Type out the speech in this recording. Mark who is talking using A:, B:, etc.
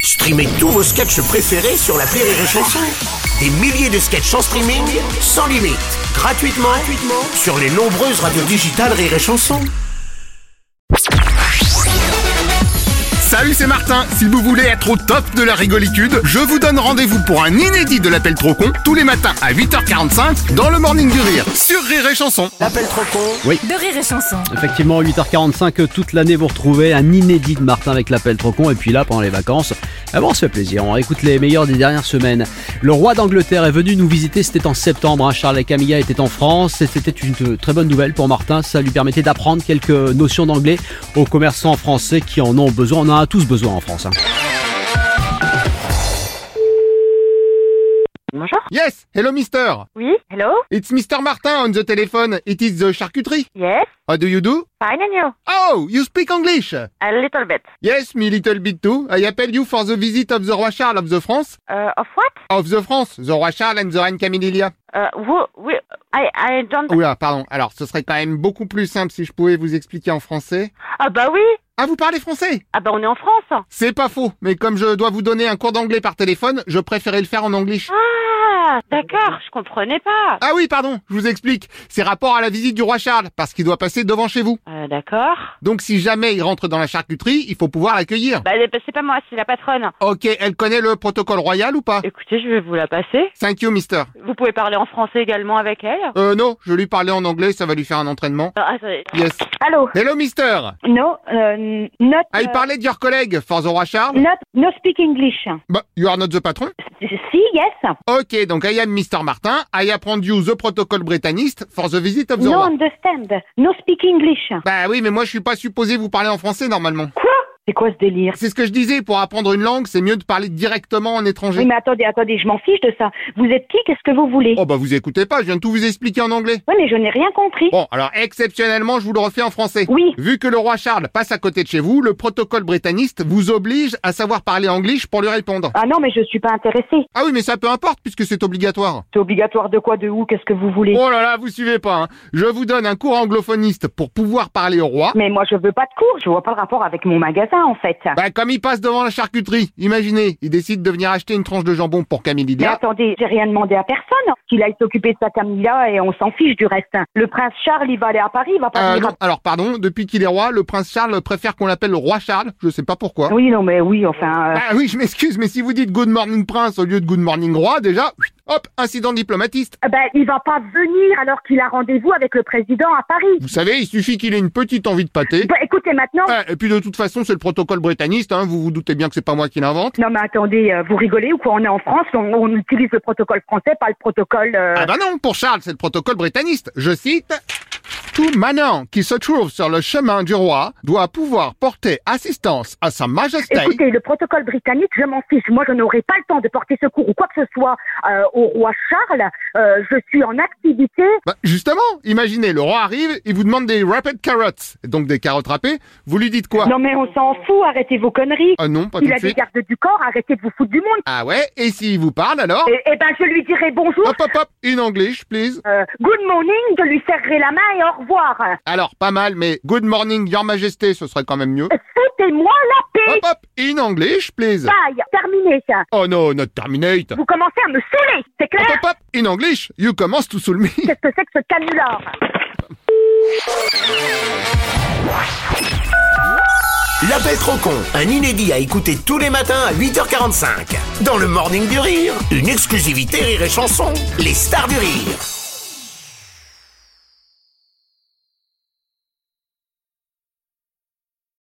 A: Streamez tous vos sketchs préférés sur la Rire et Chanson. Des milliers de sketchs en streaming, sans limite, gratuitement, gratuitement sur les nombreuses radios digitales Rire et Chanson.
B: Salut, c'est Martin. Si vous voulez être au top de la rigolitude, je vous donne rendez-vous pour un inédit de l'appel trop con tous les matins à 8h45 dans le Morning du Rire sur Rire et Chanson.
A: L'appel trop con
C: de rire et chanson.
D: Effectivement, 8h45, toute l'année, vous retrouvez un inédit de Martin avec l'appel trop con. Et puis là, pendant les vacances, ah bon, on se fait plaisir. On écoute les meilleurs des dernières semaines. Le roi d'Angleterre est venu nous visiter. C'était en septembre. hein. Charles et Camilla étaient en France. Et c'était une euh, très bonne nouvelle pour Martin. Ça lui permettait d'apprendre quelques notions d'anglais aux commerçants français qui en ont besoin. On en a tous besoin en France. hein.
E: Bonjour.
B: Yes, hello mister.
E: Oui. Hello.
B: It's Mr. Martin on the telephone. It is the charcuterie.
E: Yes.
B: How do you do?
E: Fine and you?
B: Oh, you speak English.
E: Ah, A little bit.
B: Yes, me little bit too. I appel you for the visit of the Roi Charles of the France.
E: Uh, of what?
B: Of the France, the Roi Charles and the Reine Camilla.
E: Uh, who? We, I I don't.
B: Oula, pardon. Alors, ce serait quand même beaucoup plus simple si je pouvais vous expliquer en français.
E: Ah bah oui.
B: Ah, vous parlez français
E: Ah bah on est en France.
B: C'est pas faux, mais comme je dois vous donner un cours d'anglais par téléphone, je préférais le faire en anglais.
E: Ah d'accord. Je comprenais pas.
B: Ah oui, pardon, je vous explique. C'est rapport à la visite du roi Charles, parce qu'il doit passer devant chez vous.
E: Euh, d'accord.
B: Donc si jamais il rentre dans la charcuterie, il faut pouvoir l'accueillir.
E: Bah c'est pas moi, c'est la patronne.
B: Ok, elle connaît le protocole royal ou pas
E: Écoutez, je vais vous la passer.
B: Thank you, mister.
E: Vous pouvez parler en français également avec elle.
B: Euh, non, je lui parlais en anglais, ça va lui faire un entraînement.
E: Ah, attendez.
B: Yes.
F: Hello.
B: Hello, mister.
F: No, uh, not
B: Ah, il
F: uh,
B: parlait de your collègue, for the roi Charles
F: not no speak English.
B: Bah, you are not the patron
F: See, yes.
B: Ok, donc I am Mr. Martin, I apprend you the protocol britanniste for the visit of the
F: No
B: roi.
F: understand. No speak English.
B: Bah oui, mais moi je suis pas supposé vous parler en français normalement.
F: C'est quoi ce délire
B: C'est ce que je disais, pour apprendre une langue, c'est mieux de parler directement en étranger.
F: Oui, mais attendez, attendez, je m'en fiche de ça. Vous êtes qui Qu'est-ce que vous voulez
B: Oh bah vous écoutez pas, je viens de tout vous expliquer en anglais.
F: Oui, mais je n'ai rien compris.
B: Bon, alors exceptionnellement, je vous le refais en français.
F: Oui.
B: Vu que le roi Charles passe à côté de chez vous, le protocole britanniste vous oblige à savoir parler anglais pour lui répondre.
F: Ah non, mais je suis pas intéressée.
B: Ah oui, mais ça peu importe puisque c'est obligatoire.
F: C'est obligatoire de quoi, de où Qu'est-ce que vous voulez
B: Oh là là, vous suivez pas. hein. Je vous donne un cours anglophoniste pour pouvoir parler au roi.
F: Mais moi, je veux pas de cours. Je vois pas le rapport avec mon magasin, en fait.
B: Bah comme il passe devant la charcuterie, imaginez, il décide de venir acheter une tranche de jambon pour Camille
F: Mais
B: Lydia.
F: attendez, j'ai rien demandé à personne. Qu'il aille s'occuper de sa Camilla et on s'en fiche du reste. Le prince Charles, il va aller à Paris, il va pas
B: Euh,
F: venir à-
B: non, alors pardon, depuis qu'il est roi, le prince Charles préfère qu'on l'appelle le roi Charles, je sais pas pourquoi.
F: Oui, non, mais oui, enfin. euh,
B: Ah oui, je m'excuse, mais si vous dites Good Morning Prince au lieu de Good Morning Roi, déjà, hop, incident diplomatiste.
F: Ah Ben, il va pas venir alors qu'il a rendez-vous avec le président à Paris.
B: Vous savez, il suffit qu'il ait une petite envie de pâté.
F: Bah, écoutez, maintenant...
B: Ah, et puis de toute façon, c'est le protocole britanniste, hein, vous vous doutez bien que c'est pas moi qui l'invente.
F: Non, mais attendez, euh, vous rigolez ou quoi On est en France, on, on utilise le protocole français, pas le protocole... euh,
B: Ah bah non, pour Charles, c'est le protocole britanniste. Je cite... Tout manant qui se trouve sur le chemin du roi doit pouvoir porter assistance à sa majesté.
F: Écoutez, le protocole britannique, je m'en fiche. Moi, je n'aurai pas le temps de porter secours ou quoi que ce soit euh, au roi Charles. Euh, je suis en activité.
B: Bah, justement, imaginez, le roi arrive, il vous demande des rapid carrots, donc des carottes râpées, vous lui dites quoi
F: Non, mais on s'en fout, arrêtez vos conneries.
B: Ah non, pas tout
F: Il
B: de
F: a des
B: suite.
F: gardes du corps, arrêtez de vous foutre du monde.
B: Ah ouais, et s'il vous parle alors
F: Eh eh ben, je lui dirai bonjour,
B: Hop, hop, hop, in English, please.
F: euh, good morning, je lui serrerai la main et au revoir.
B: Alors, pas mal, mais good morning, your majesté, ce serait quand même mieux.
F: Foutez-moi la paix.
B: Hop, hop, in English, please.
F: Bye, terminé ça.
B: Oh no, not terminate. Hop,
F: Ah. Vous commencez à me saouler, c'est clair
B: hop, hop, in English, you commence to soul me.
F: Qu'est-ce que c'est que ce canular
A: L'appel trop con, un inédit à écouter tous les matins à 8h45. Dans le Morning du Rire, une exclusivité Rire et Chanson, les stars du rire.